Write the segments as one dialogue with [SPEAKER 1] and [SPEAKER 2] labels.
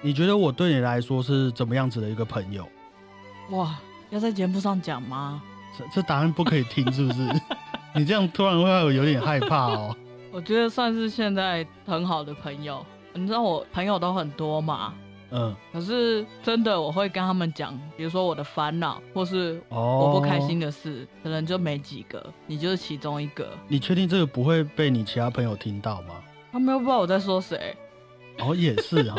[SPEAKER 1] 你觉得我对你来说是怎么样子的一个朋友？
[SPEAKER 2] 哇，要在节目上讲吗？
[SPEAKER 1] 这这答案不可以听，是不是？你这样突然会让我有点害怕哦。
[SPEAKER 2] 我觉得算是现在很好的朋友。你知道我朋友都很多嘛，
[SPEAKER 1] 嗯，
[SPEAKER 2] 可是真的我会跟他们讲，比如说我的烦恼或是
[SPEAKER 1] 哦，
[SPEAKER 2] 我不开心。的事，可能就没几个，你就是其中一个。
[SPEAKER 1] 你确定这个不会被你其他朋友听到吗？
[SPEAKER 2] 他们又不知道我在说谁。
[SPEAKER 1] 哦， 也是哈、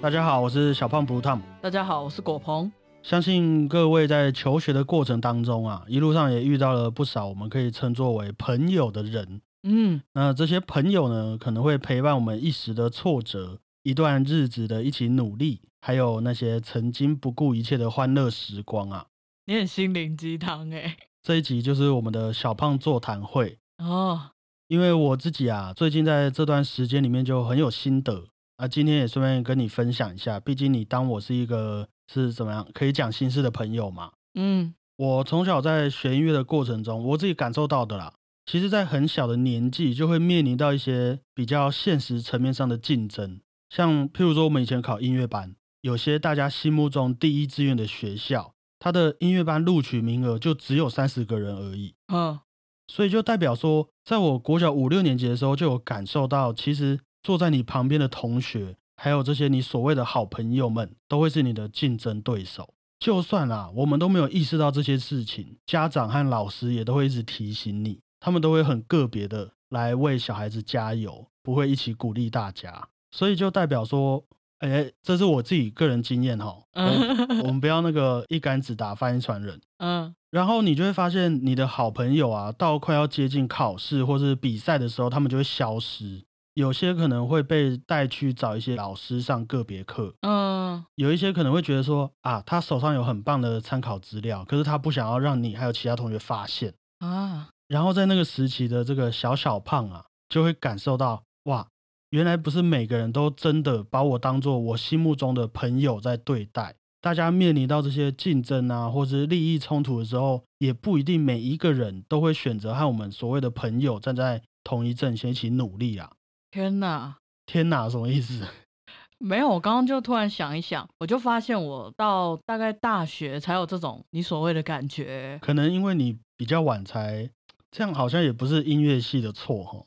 [SPEAKER 1] 大家好，我是小胖不烫。
[SPEAKER 2] 大家好，我是果鹏。
[SPEAKER 1] 相信各位在求学的过程当中啊，一路上也遇到了不少我们可以称作为朋友的人。
[SPEAKER 2] 嗯，
[SPEAKER 1] 那这些朋友呢，可能会陪伴我们一时的挫折，一段日子的一起努力，还有那些曾经不顾一切的欢乐时光啊。
[SPEAKER 2] 你很心灵鸡汤哎。
[SPEAKER 1] 这一集就是我们的小胖座谈会，
[SPEAKER 2] 哦，
[SPEAKER 1] 因为我自己啊，最近在这段时间里面就很有心得啊，今天也顺便跟你分享一下，毕竟你当我是一个是怎么样可以讲心事的朋友嘛。
[SPEAKER 2] 嗯
[SPEAKER 1] 我从小在学音乐的过程中，我自己感受到的啦，其实，在很小的年纪就会面临到一些比较现实层面上的竞争，像譬如说我们以前考音乐班，有些大家心目中第一志愿的学校，它的音乐班录取名额就只有三十个人而已。
[SPEAKER 2] 嗯，
[SPEAKER 1] 所以就代表说，在我国小五六年级的时候，就有感受到，其实坐在你旁边的同学，还有这些你所谓的好朋友们，都会是你的竞争对手。就算啦、我们都没有意识到这些事情，家长和老师也都会一直提醒你，他们都会很个别的来为小孩子加油，不会一起鼓励大家。所以就代表说，哎，这是我自己个人经验哈、我们不要那个一竿子打翻一船人。
[SPEAKER 2] 嗯
[SPEAKER 1] 然后你就会发现，你的好朋友啊，到快要接近考试或是比赛的时候，他们就会消失。有些可能会被带去找一些老师上个别课，
[SPEAKER 2] 嗯
[SPEAKER 1] 有一些可能会觉得说啊，他手上有很棒的参考资料，可是他不想要让你还有其他同学发现。
[SPEAKER 2] 啊，
[SPEAKER 1] 然后在那个时期的这个小小胖啊，就会感受到哇，原来不是每个人都真的把我当做我心目中的朋友在对待。大家面临到这些竞争啊，或是利益冲突的时候，也不一定每一个人都会选择和我们所谓的朋友站在同一阵线一起努力啊。
[SPEAKER 2] 天哪！
[SPEAKER 1] 天哪，什么意思？
[SPEAKER 2] 没有，我刚刚就突然想一想，我就发现我到大概大学才有这种你所谓的感觉。
[SPEAKER 1] 可能因为你比较晚才，这样好像也不是音乐系的错哈、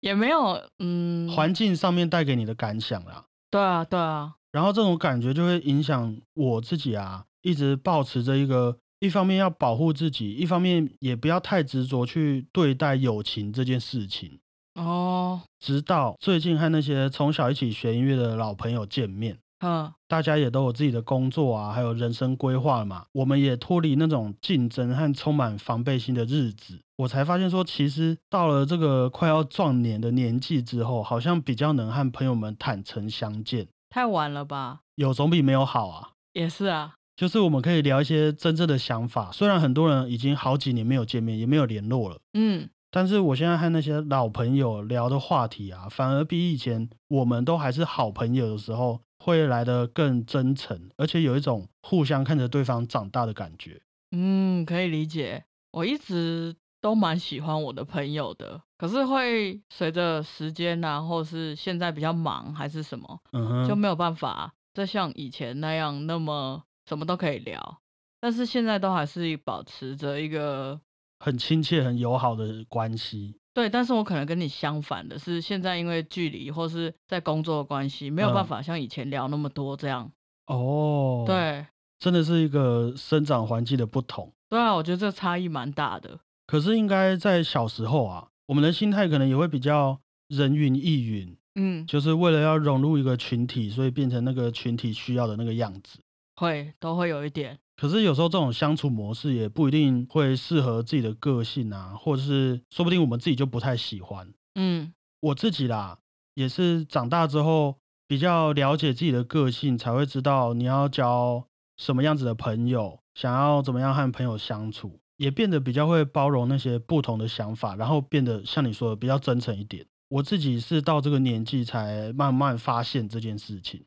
[SPEAKER 2] 也没有，嗯，
[SPEAKER 1] 环境上面带给你的感想啦。
[SPEAKER 2] 对啊，对啊，
[SPEAKER 1] 然后这种感觉就会影响我自己啊，一直保持着一个，一方面要保护自己，一方面也不要太执着去对待友情这件事情。
[SPEAKER 2] 哦，
[SPEAKER 1] 直到最近和那些从小一起学音乐的老朋友见面，
[SPEAKER 2] 嗯
[SPEAKER 1] 大家也都有自己的工作啊，还有人生规划嘛，我们也脱离那种竞争和充满防备心的日子。我才发现说，其实到了这个快要壮年的年纪之后，好像比较能和朋友们坦诚相见，
[SPEAKER 2] 太晚了吧？
[SPEAKER 1] 有总比没有好啊。
[SPEAKER 2] 也是啊，
[SPEAKER 1] 就是我们可以聊一些真正的想法。虽然很多人已经好几年没有见面，也没有联络了，
[SPEAKER 2] 嗯，
[SPEAKER 1] 但是我现在和那些老朋友聊的话题啊，反而比以前我们都还是好朋友的时候，会来得更真诚，而且有一种互相看着对方长大的感觉。
[SPEAKER 2] 嗯，可以理解。我一直都蛮喜欢我的朋友的，可是会随着时间啊，或是现在比较忙还是什么，
[SPEAKER 1] 嗯
[SPEAKER 2] 就
[SPEAKER 1] 哼，
[SPEAKER 2] 没有办法再像以前那样那么什么都可以聊。但是现在都还是保持着一个
[SPEAKER 1] 很亲切、很友好的关系。
[SPEAKER 2] 对，但是我可能跟你相反的是，现在因为距离或是在工作的关系，没有办
[SPEAKER 1] 嗯
[SPEAKER 2] 法像以前聊那么多这样。
[SPEAKER 1] 哦，，
[SPEAKER 2] 对
[SPEAKER 1] 真的是一个生长环境的不同。
[SPEAKER 2] 对啊，我觉得这差异蛮大的。
[SPEAKER 1] 可是应该在小时候啊，我们的心态可能也会比较人云亦云，
[SPEAKER 2] 嗯，
[SPEAKER 1] 就是为了要融入一个群体，所以变成那个群体需要的那个样子。
[SPEAKER 2] 会都会有一点。
[SPEAKER 1] 可是有时候这种相处模式也不一定会适合自己的个性啊，或者是说不定我们自己就不太喜欢。
[SPEAKER 2] 嗯
[SPEAKER 1] 我自己啦，也是长大之后比较了解自己的个性，才会知道你要交什么样子的朋友，想要怎么样和朋友相处，也变得比较会包容那些不同的想法，然后变得像你说的比较真诚一点。我自己是到这个年纪才慢慢发现这件事情。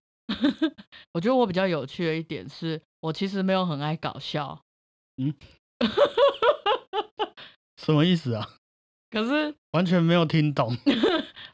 [SPEAKER 2] 我觉得我比较有趣的一点是，我其实没有很爱搞笑。
[SPEAKER 1] 嗯，什么意思啊？
[SPEAKER 2] 可是
[SPEAKER 1] 完全没有听懂。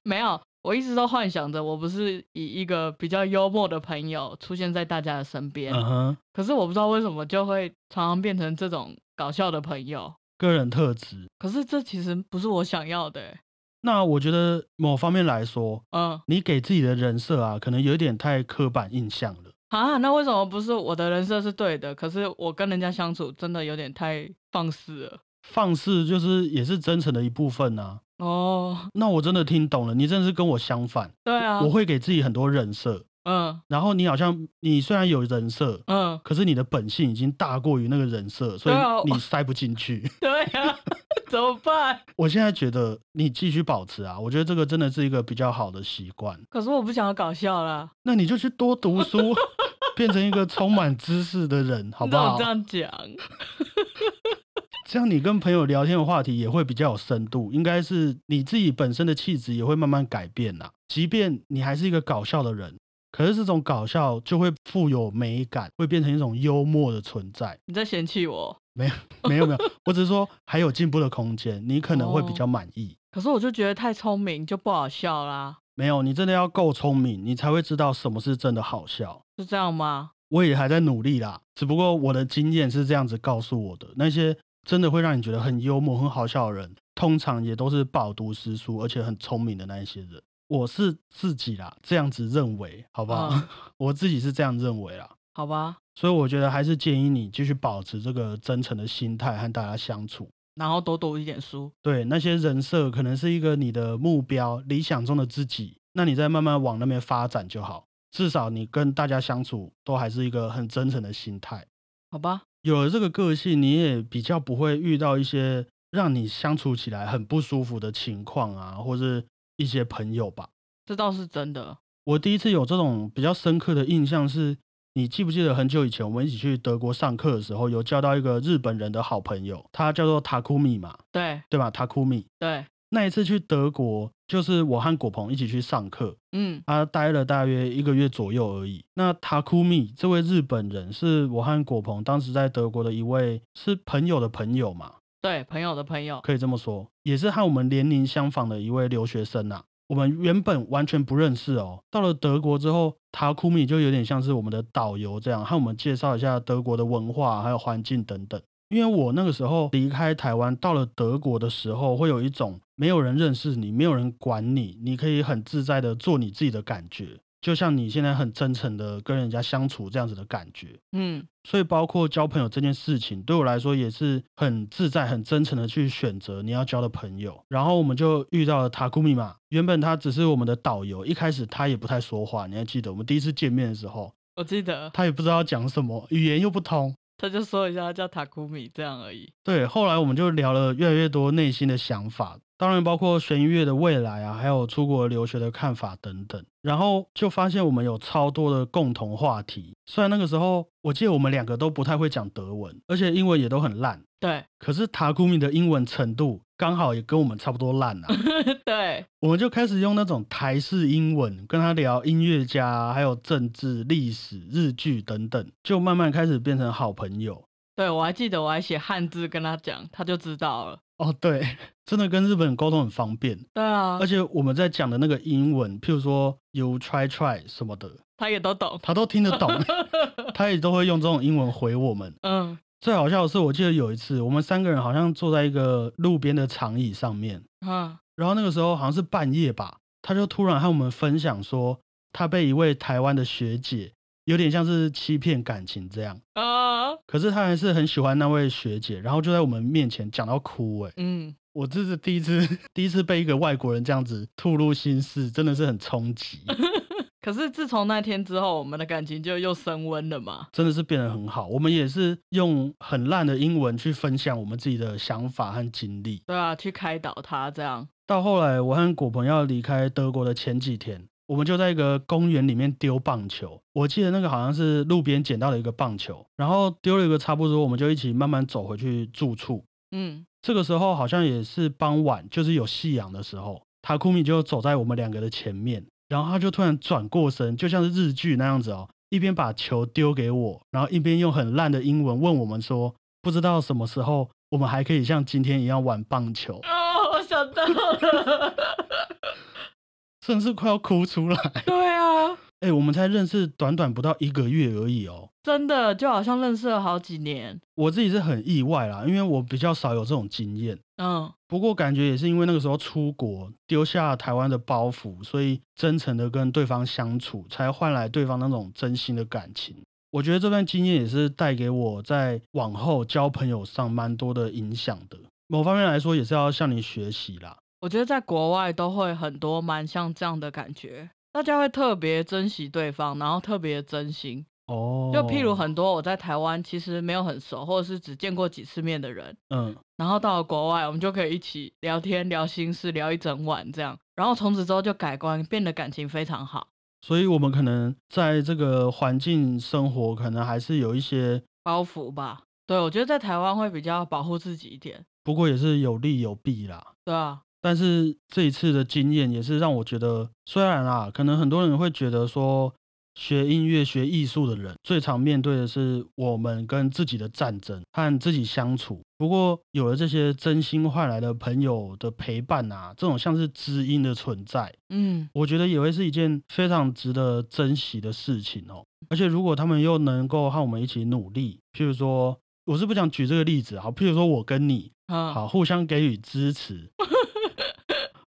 [SPEAKER 2] 没有，我一直都幻想着我不是以一个比较幽默的朋友出现在大家的身边，
[SPEAKER 1] 嗯哼，
[SPEAKER 2] 可是我不知道为什么就会常常变成这种搞笑的朋友。
[SPEAKER 1] 个人特质。
[SPEAKER 2] 可是这其实不是我想要的欸、
[SPEAKER 1] 那我觉得某方面来说，
[SPEAKER 2] 嗯
[SPEAKER 1] 你给自己的人设啊，可能有一点太刻板印象了。
[SPEAKER 2] 啊，那为什么不是我的人设是对的？可是我跟人家相处真的有点太放肆了。
[SPEAKER 1] 放肆就是也是真诚的一部分啊。
[SPEAKER 2] 哦，
[SPEAKER 1] 那我真的听懂了，你真的是跟我相反。
[SPEAKER 2] 对啊，
[SPEAKER 1] 我会给自己很多人设，
[SPEAKER 2] 嗯
[SPEAKER 1] 然后你好像你虽然有人设，
[SPEAKER 2] 嗯，
[SPEAKER 1] 可是你的本性已经大过于那个人设，所
[SPEAKER 2] 对啊
[SPEAKER 1] 以你塞不进去。
[SPEAKER 2] 对啊， 怎么办？
[SPEAKER 1] 我现在觉得你继续保持啊，我觉得这个真的是一个比较好的习惯。
[SPEAKER 2] 可是我不想要搞笑啦，
[SPEAKER 1] 那你就去多读书， 变成一个充满知识的人，好
[SPEAKER 2] 你
[SPEAKER 1] 不
[SPEAKER 2] 怎么
[SPEAKER 1] 好
[SPEAKER 2] 这？样讲？
[SPEAKER 1] 这样你跟朋友聊天的话题也会比较有深度，应该是你自己本身的气质也会慢慢改变啦。即便你还是一个搞笑的人，可是这种搞笑就会富有美感，会变成一种幽默的存在。
[SPEAKER 2] 你在嫌弃我？
[SPEAKER 1] 没有没有，我只是说还有进步的空间，你可能会比较满意。
[SPEAKER 2] 可是我就觉得太聪明就不好笑啦，
[SPEAKER 1] 没有，你真的要够聪明，你才会知道什么是真的好笑。
[SPEAKER 2] 是这样吗？
[SPEAKER 1] 我也还在努力啦，只不过我的经验是这样子告诉我的：那些真的会让你觉得很幽默、很好笑的人，通常也都是饱读诗书而且很聪明的那一些人。我是自己啦，这样子认为，好不好？
[SPEAKER 2] 嗯
[SPEAKER 1] 我自己是这样认为啦，
[SPEAKER 2] 好吧，
[SPEAKER 1] 所以我觉得还是建议你继续保持这个真诚的心态和大家相处。
[SPEAKER 2] 然后多读一点书。
[SPEAKER 1] 对，那些人设可能是一个你的目标、理想中的自己，那你再慢慢往那边发展就好。至少你跟大家相处都还是一个很真诚的心态。
[SPEAKER 2] 好吧，
[SPEAKER 1] 有了这个个性，你也比较不会遇到一些让你相处起来很不舒服的情况啊，或是一些朋友吧。
[SPEAKER 2] 这倒是真的。
[SPEAKER 1] 我第一次有这种比较深刻的印象是，你记不记得很久以前我们一起去德国上课的时候，有交到一个日本人的好朋友，他叫做塔库米嘛，
[SPEAKER 2] 对
[SPEAKER 1] 对吧？塔库米
[SPEAKER 2] 对，
[SPEAKER 1] 那一次去德国，就是我和果鹏一起去上课，
[SPEAKER 2] 嗯
[SPEAKER 1] 他待了大约一个月左右而已。那塔库米这位日本人是我和果鹏当时在德国的一位是朋友的朋友嘛，
[SPEAKER 2] 对，朋友的朋友，
[SPEAKER 1] 可以这么说，也是和我们年龄相仿的一位留学生啊。我们原本完全不认识哦，到了德国之后，塔库米就有点像是我们的导游这样，和我们介绍一下德国的文化还有环境等等。因为我那个时候离开台湾到了德国的时候，会有一种没有人认识你、没有人管你，你可以很自在的做你自己的感觉，就像你现在很真诚的跟人家相处这样子的感觉。
[SPEAKER 2] 嗯
[SPEAKER 1] 所以包括交朋友这件事情，对我来说也是很自在、很真诚的去选择你要交的朋友。然后我们就遇到了塔库米嘛，原本他只是我们的导游，一开始他也不太说话，你还记得我们第一次见面的时候，
[SPEAKER 2] 我记得，
[SPEAKER 1] 他也不知道讲什么，语言又不通。
[SPEAKER 2] 他就说一下叫塔库米这样而已。
[SPEAKER 1] 对，后来我们就聊了越来越多内心的想法，当然包括弦乐的未来啊，还有出国留学的看法等等。然后就发现我们有超多的共同话题，虽然那个时候我记得我们两个都不太会讲德文，而且英文也都很烂，
[SPEAKER 2] 对
[SPEAKER 1] 可是塔库米的英文程度刚好也跟我们差不多烂啊，
[SPEAKER 2] 对，
[SPEAKER 1] 我们就开始用那种台式英文跟他聊音乐家啊、还有政治、历史、日剧等等，就慢慢开始变成好朋友。
[SPEAKER 2] 对，我还记得，我还写汉字跟他讲，他就知道了。
[SPEAKER 1] 哦，对，真的跟日本人沟通很方便，
[SPEAKER 2] 对啊
[SPEAKER 1] 而，且我们在讲的那个英文，譬如说 you try try 什么的，
[SPEAKER 2] 他也都懂。
[SPEAKER 1] 他都听得懂，他也都会用这种英文回我们。
[SPEAKER 2] 嗯，
[SPEAKER 1] 最好笑的是，我记得有一次，我们三个人好像坐在一个路边的长椅上面，
[SPEAKER 2] 啊，
[SPEAKER 1] 然后那个时候好像是半夜吧，他就突然和我们分享说，他被一位台湾的学姐，有点像是欺骗感情这样，
[SPEAKER 2] 啊，
[SPEAKER 1] 可是他还是很喜欢那位学姐，然后就在我们面前讲到哭、欸，
[SPEAKER 2] 嗯，
[SPEAKER 1] 我这是第一次 第一次被一个外国人这样子吐露心事，真的是很冲击，
[SPEAKER 2] 可是自从那天之后，我们的感情就又升温了嘛。
[SPEAKER 1] 真的是变得很好。我们也是用很烂的英文去分享我们自己的想法和经历。
[SPEAKER 2] 对啊，去开导他这样。
[SPEAKER 1] 到后来，我和果鹏要离开德国的前几天，我们就在一个公园里面丢棒球。我记得那个好像是路边捡到的一个棒球，然后丢了一个差不多，我们就一起慢慢走回去住处。
[SPEAKER 2] 嗯，
[SPEAKER 1] 这个时候好像也是傍晚，就是有夕阳的时候，塔库米就走在我们两个的前面，然后他就突然转过身，就像是日剧那样子哦，一边把球丢给我，然后一边用很烂的英文问我们说，不知道什么时候我们还可以像今天一样玩棒球，
[SPEAKER 2] 哦，我想到了，
[SPEAKER 1] 真的是快要哭出来。
[SPEAKER 2] 对啊，
[SPEAKER 1] 哎、我们才认识短短不到一个月而已哦。
[SPEAKER 2] 真的就好像认识了好几年，
[SPEAKER 1] 我自己是很意外啦，因为我比较少有这种经验。
[SPEAKER 2] 嗯，
[SPEAKER 1] 不过感觉也是因为那个时候出国，丢下台湾的包袱，所以真诚的跟对方相处，才换来对方那种真心的感情。我觉得这段经验也是带给我在往后交朋友上蛮多的影响的。某方面来说，也是要向你学习啦。
[SPEAKER 2] 我觉得在国外都会很多蛮像这样的感觉，大家会特别珍惜对方，然后特别真心。
[SPEAKER 1] 哦，
[SPEAKER 2] 就譬如很多我在台湾其实没有很熟，或者是只见过几次面的人，
[SPEAKER 1] 嗯，
[SPEAKER 2] 然后到了国外，我们就可以一起聊天、聊心事、聊一整晚这样。然后从此之后就改观，变得感情非常好，
[SPEAKER 1] 所以我们可能在这个环境生活，可能还是有一些，
[SPEAKER 2] 包袱吧。对，我觉得在台湾会比较保护自己一点。
[SPEAKER 1] 不过也是有利有弊啦。
[SPEAKER 2] 对啊，
[SPEAKER 1] 但是这一次的经验也是让我觉得，虽然啊，可能很多人会觉得说，学音乐、学艺术的人最常面对的是我们跟自己的战争和自己相处。不过有了这些真心换来的朋友的陪伴啊，这种像是知音的存在，
[SPEAKER 2] 嗯，
[SPEAKER 1] 我觉得也会是一件非常值得珍惜的事情哦。而且如果他们又能够和我们一起努力，譬如说，我是不想举这个例子，啊好，譬如说我跟你，
[SPEAKER 2] 嗯，
[SPEAKER 1] 好，互相给予支持。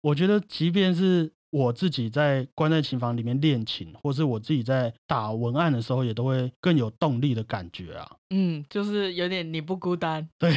[SPEAKER 1] 我觉得，即便是我自己在关在琴房里面练琴，或是我自己在打文案的时候，也都会更有动力的感觉啊。
[SPEAKER 2] 嗯，就是有点你不孤单，
[SPEAKER 1] 对，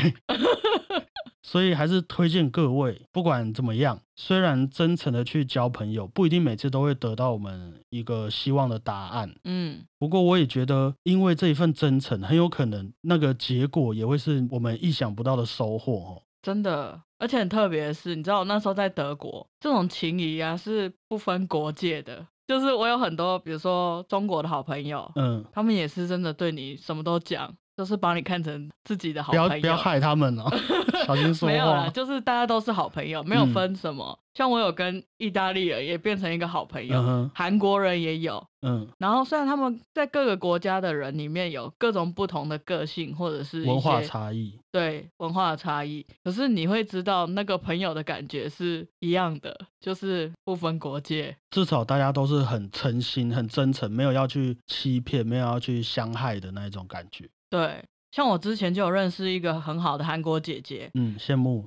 [SPEAKER 1] 所以还是推荐各位，不管怎么样，虽然真诚的去交朋友，不一定每次都会得到我们一个希望的答案。
[SPEAKER 2] 嗯，
[SPEAKER 1] 不过，我也觉得，因为这一份真诚，很有可能那个结果也会是我们意想不到的收获哦。
[SPEAKER 2] 真的。而且很特别的是，你知道我那时候在德国，这种情谊啊是不分国界的。就是我有很多，比如说中国的好朋友，
[SPEAKER 1] 嗯，
[SPEAKER 2] 他们也是真的对你什么都讲，就是把你看成自己的好
[SPEAKER 1] 不
[SPEAKER 2] 朋
[SPEAKER 1] 要
[SPEAKER 2] 友。
[SPEAKER 1] 不要害他们哦， 小心说
[SPEAKER 2] 没有啦，
[SPEAKER 1] 话。
[SPEAKER 2] 就是大家都是好朋友，没有
[SPEAKER 1] 嗯
[SPEAKER 2] 分什么。像我有跟意大利人也变成一个好朋
[SPEAKER 1] 嗯
[SPEAKER 2] 友，
[SPEAKER 1] 哼，
[SPEAKER 2] 韩、国人也有。
[SPEAKER 1] 嗯，
[SPEAKER 2] 然后虽然他们在各个国家的人里面有各种不同的个性或者是一
[SPEAKER 1] 文化
[SPEAKER 2] 些
[SPEAKER 1] 差异，
[SPEAKER 2] 对文化的差异，可是你会知道那个朋友的感觉是一样的，就是不分国界。
[SPEAKER 1] 至少大家都是很诚心、很真诚，没有要去欺骗，没有要去伤害的那一种感觉。
[SPEAKER 2] 对，像我之前就有认识一个很好的韩国姐姐，
[SPEAKER 1] 嗯，羡慕。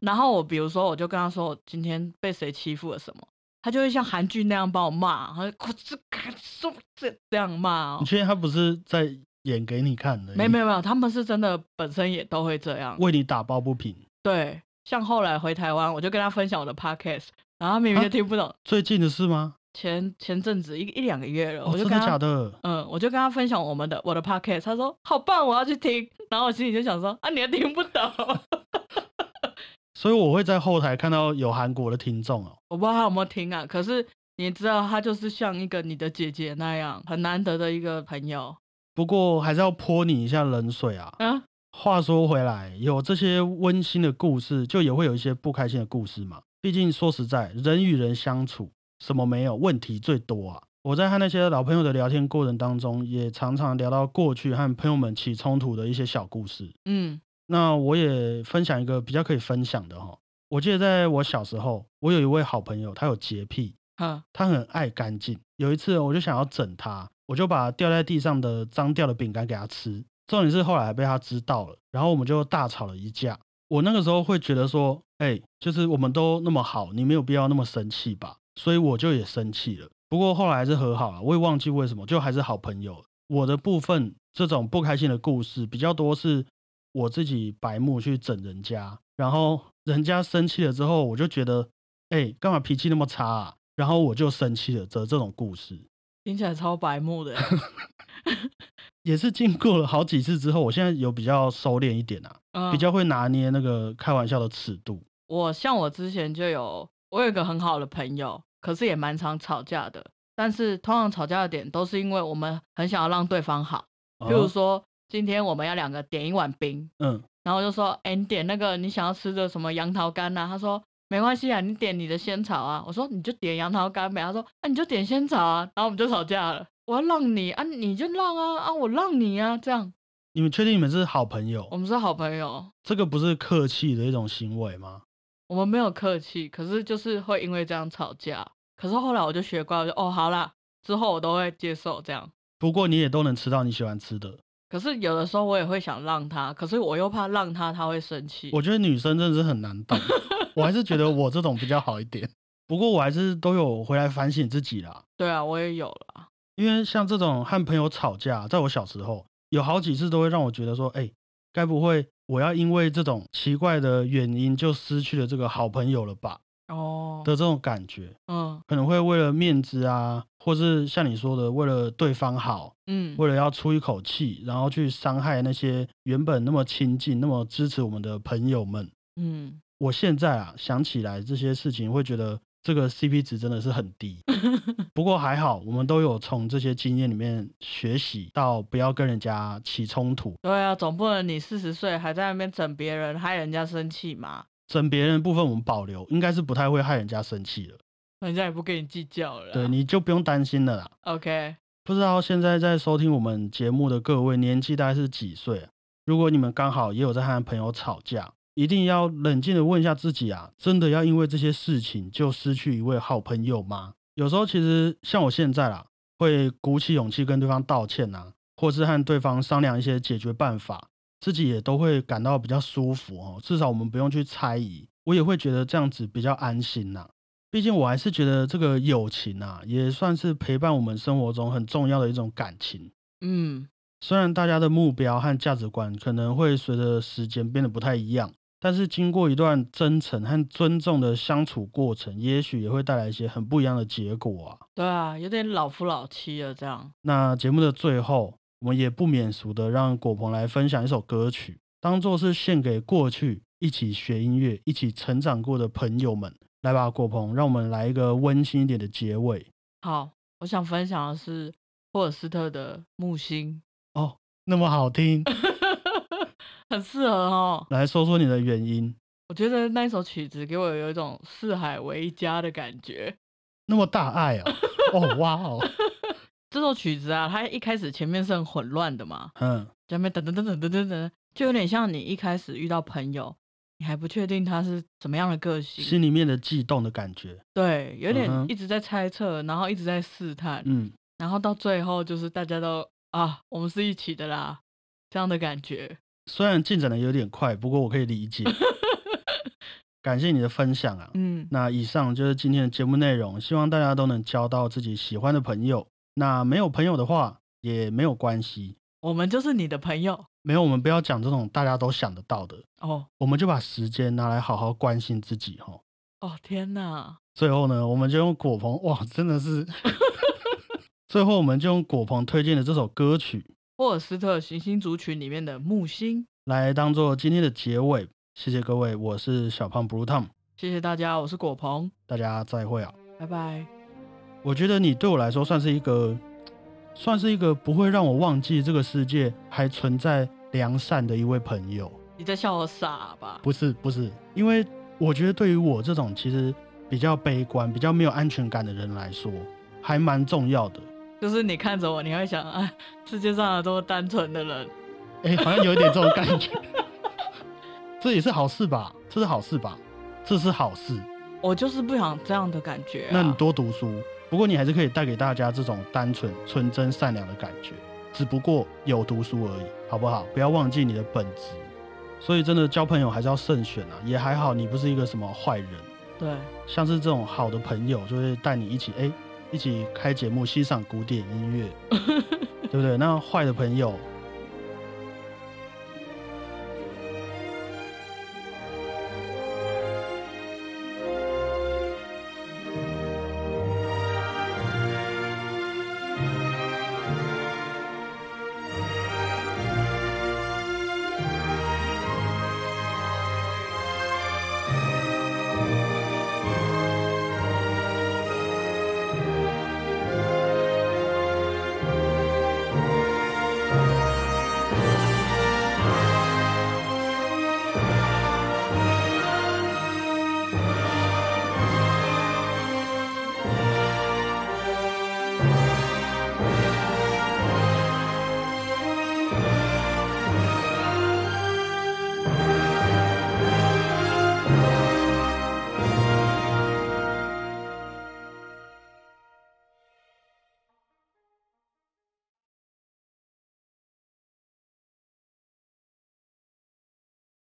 [SPEAKER 2] 然后我比如说我就跟她说我今天被谁欺负了什么，她就会像韩剧那样帮我骂，她就这这这这样骂、哦
[SPEAKER 1] 你。确定他不是在演给你看的？
[SPEAKER 2] 没没有没有，他们是真的本身也都会这样。
[SPEAKER 1] 为你打抱不平。
[SPEAKER 2] 对，像后来回台湾，我就跟她分享我的 podcast，然后她明明
[SPEAKER 1] 啊
[SPEAKER 2] 就听不懂。
[SPEAKER 1] 最近的事吗？
[SPEAKER 2] 前前阵子一一两个月了，
[SPEAKER 1] 哦，
[SPEAKER 2] 我就
[SPEAKER 1] 真的
[SPEAKER 2] 跟她
[SPEAKER 1] 假的？
[SPEAKER 2] 嗯，我就跟他分享我们的我的 podcast，他说好棒，我要去听。然后我心里就想说啊，你还听不懂，
[SPEAKER 1] 所以我会在后台看到有韩国的听众哦。
[SPEAKER 2] 我不知道他有没有听啊。可是你知道，他就是像一个你的姐姐那样，很难得的一个朋友
[SPEAKER 1] 不过还是要泼你一下冷水啊。
[SPEAKER 2] 啊。
[SPEAKER 1] 话说回来，有这些温馨的故事，就也会有一些不开心的故事嘛。毕竟说实在，人与人相处，什么没有问题最多啊。我在和那些老朋友的聊天过程当中，也常常聊到过去和朋友们起冲突的一些小故事。
[SPEAKER 2] 嗯
[SPEAKER 1] 那我也分享一个比较可以分享的哈、我记得在我小时候，我有一位好朋友，他有洁癖，
[SPEAKER 2] 哼
[SPEAKER 1] 他很爱干净。有一次我就想要整他，我就把掉在地上的脏掉的饼干给他吃。重点是后来还被他知道了，然后我们就大吵了一架。我那个时候会觉得说，哎、就是我们都那么好，你没有必要那么生气吧？所以我就也生气了。不过后来还是和好了，我也忘记为什么，就还是好朋友。我的部分这种不开心的故事比较多是我自己白目去整人家，然后人家生气了之后，我就觉得，哎、干嘛脾气那么差啊？然后我就生气了的这种故事，
[SPEAKER 2] 听起来超白 目的欸。
[SPEAKER 1] 也是经过了好几次之后，我现在有比较收敛一点啊，
[SPEAKER 2] 嗯，
[SPEAKER 1] 比较会拿捏那个开玩笑的尺度。
[SPEAKER 2] 我像我之前就有，我有一个很好的朋友，可是也蛮常吵架的。但是通常吵架的点都是因为我们很想要让对方好，譬如
[SPEAKER 1] 哦，
[SPEAKER 2] 说今天我们要两个点一碗冰，
[SPEAKER 1] 嗯，
[SPEAKER 2] 然后我就说：“哎、你点那个你想要吃的什么杨桃干呐、啊？”他说：“没关系啊，你点你的仙草啊。”我说：“你就点杨桃干呗。”他说：“啊，你就点仙草啊。”然后我们就吵架了。我要让你啊，你就让啊啊，我让你啊，这样
[SPEAKER 1] 你们确定你们是好朋友？
[SPEAKER 2] 我们是好朋友，
[SPEAKER 1] 这个不是客气的一种行为吗？
[SPEAKER 2] 我们没有客气，可是就是会因为这样吵架。可是后来我就学乖，我就哦好啦，之后我都会接受这样。
[SPEAKER 1] 不过你也都能吃到你喜欢吃的。
[SPEAKER 2] 可是有的时候我也会想让他，可是我又怕让他他会生气。
[SPEAKER 1] 我觉得女生真的是很难 懂，我还是觉得我这种比较好一点。不过我还是都有回来反省自己啦，
[SPEAKER 2] 对啊，我也有了，
[SPEAKER 1] 因为像这种和朋友吵架，在我小时候有好几次都会让我觉得说，哎、该不会我要因为这种奇怪的原因就失去了这个好朋友了吧
[SPEAKER 2] 哦，
[SPEAKER 1] 的这种感觉，
[SPEAKER 2] 嗯
[SPEAKER 1] 可能会为了面子啊，或是像你说的，为了对方好，
[SPEAKER 2] 嗯，
[SPEAKER 1] 为了要出一口气，然后去伤害那些原本那么亲近、那么支持我们的朋友们。
[SPEAKER 2] 嗯，
[SPEAKER 1] 我现在啊想起来这些事情，会觉得这个 CP 值真的是很低。不过还好，我们都有从这些经验里面学习到，不要跟人家起冲突。
[SPEAKER 2] 对啊，总不能你四十岁还在那边整别人，害人家生气嘛，
[SPEAKER 1] 整别人的部分我们保留，应该是不太会害人家生气的。
[SPEAKER 2] 人家也不跟你计较了啊。
[SPEAKER 1] 对，你就不用担心了啦。
[SPEAKER 2] OK，
[SPEAKER 1] 不知道现在在收听我们节目的各位年纪大概是几岁啊？如果你们刚好也有在和朋友吵架，一定要冷静的问一下自己啊，真的要因为这些事情就失去一位好朋友吗？有时候其实像我现在啦，会鼓起勇气跟对方道歉啊，或是和对方商量一些解决办法，自己也都会感到比较舒服哦。至少我们不用去猜疑，我也会觉得这样子比较安心呐、毕竟我还是觉得这个友情啊，也算是陪伴我们生活中很重要的一种感情。
[SPEAKER 2] 嗯，
[SPEAKER 1] 虽然大家的目标和价值观可能会随着时间变得不太一样，但是经过一段真诚和尊重的相处过程，也许也会带来一些很不一样的结果啊。
[SPEAKER 2] 对啊，有点老夫老妻了这样。
[SPEAKER 1] 那节目的最后，我们也不免俗的让果鹏来分享一首歌曲，当做是献给过去一起学音乐、一起成长过的朋友们。来吧，果鹏，让我们来一个温馨一点的结尾。
[SPEAKER 2] 好，我想分享的是霍尔斯特的《木星
[SPEAKER 1] 哦，那么好听，》，
[SPEAKER 2] 很适合哦。
[SPEAKER 1] 来说说你的原因。
[SPEAKER 2] 我觉得那一首曲子给我有一种四海为一家的感觉。
[SPEAKER 1] 那么大爱啊！哦，哇哦，
[SPEAKER 2] 这首曲子啊，它一开始前面是很混乱的嘛，
[SPEAKER 1] 嗯，
[SPEAKER 2] 在那边噔噔噔噔噔噔噔，就有点像你一开始遇到朋友，你还不确定他是怎么样的个性，
[SPEAKER 1] 心里面的悸动的感觉，
[SPEAKER 2] 对，有点
[SPEAKER 1] 嗯哼
[SPEAKER 2] 一直在猜测，然后一直在试探，
[SPEAKER 1] 嗯，
[SPEAKER 2] 然后到最后就是大家都啊，我们是一起的啦，这样的感觉。
[SPEAKER 1] 虽然进展的有点快，不过我可以理解。感谢你的分享啊！
[SPEAKER 2] 嗯，
[SPEAKER 1] 那以上就是今天的节目内容，希望大家都能交到自己喜欢的朋友。那没有朋友的话也没有关系，
[SPEAKER 2] 我们就是你的朋友
[SPEAKER 1] 没有我们不要讲这种大家都想得到的，
[SPEAKER 2] 哦
[SPEAKER 1] 我们就把时间拿来好好关心自己哈。
[SPEAKER 2] 哦，天哪，
[SPEAKER 1] 最后呢，我们就用果鹏，哇，真的是，最后我们就用果鹏推荐的这首歌曲
[SPEAKER 2] 霍尔斯特行星族群里面的木星，
[SPEAKER 1] 来当做今天的结尾。谢谢各位，我是小胖 Blue Tom，
[SPEAKER 2] 谢谢大家，我是果鹏，
[SPEAKER 1] 大家再会啊！
[SPEAKER 2] 拜拜。
[SPEAKER 1] 我觉得你对我来说算是一个，算是一个不会让我忘记这个世界还存在良善的一位朋友。
[SPEAKER 2] 你在笑我傻吧？
[SPEAKER 1] 不是不是，因为我觉得对于我这种其实比较悲观、比较没有安全感的人来说，还蛮重要的。
[SPEAKER 2] 就是你看着我，你会想，哎，世界上有这么单纯的人，
[SPEAKER 1] 哎、好像有一点这种感觉。 这也是好事吧？这是好事吧？这是好事。
[SPEAKER 2] 我就是不想这样的感觉、啊。
[SPEAKER 1] 那你多读书，不过你还是可以带给大家这种单纯、纯真、善良的感觉，只不过有读书而已，好不好？不要忘记你的本质。所以真的交朋友还是要慎选啊，也还好你不是一个什么坏人，
[SPEAKER 2] 对，
[SPEAKER 1] 像是这种好的朋友就会带你一起哎、一起开节目欣赏古典音乐，对不对？那坏的朋友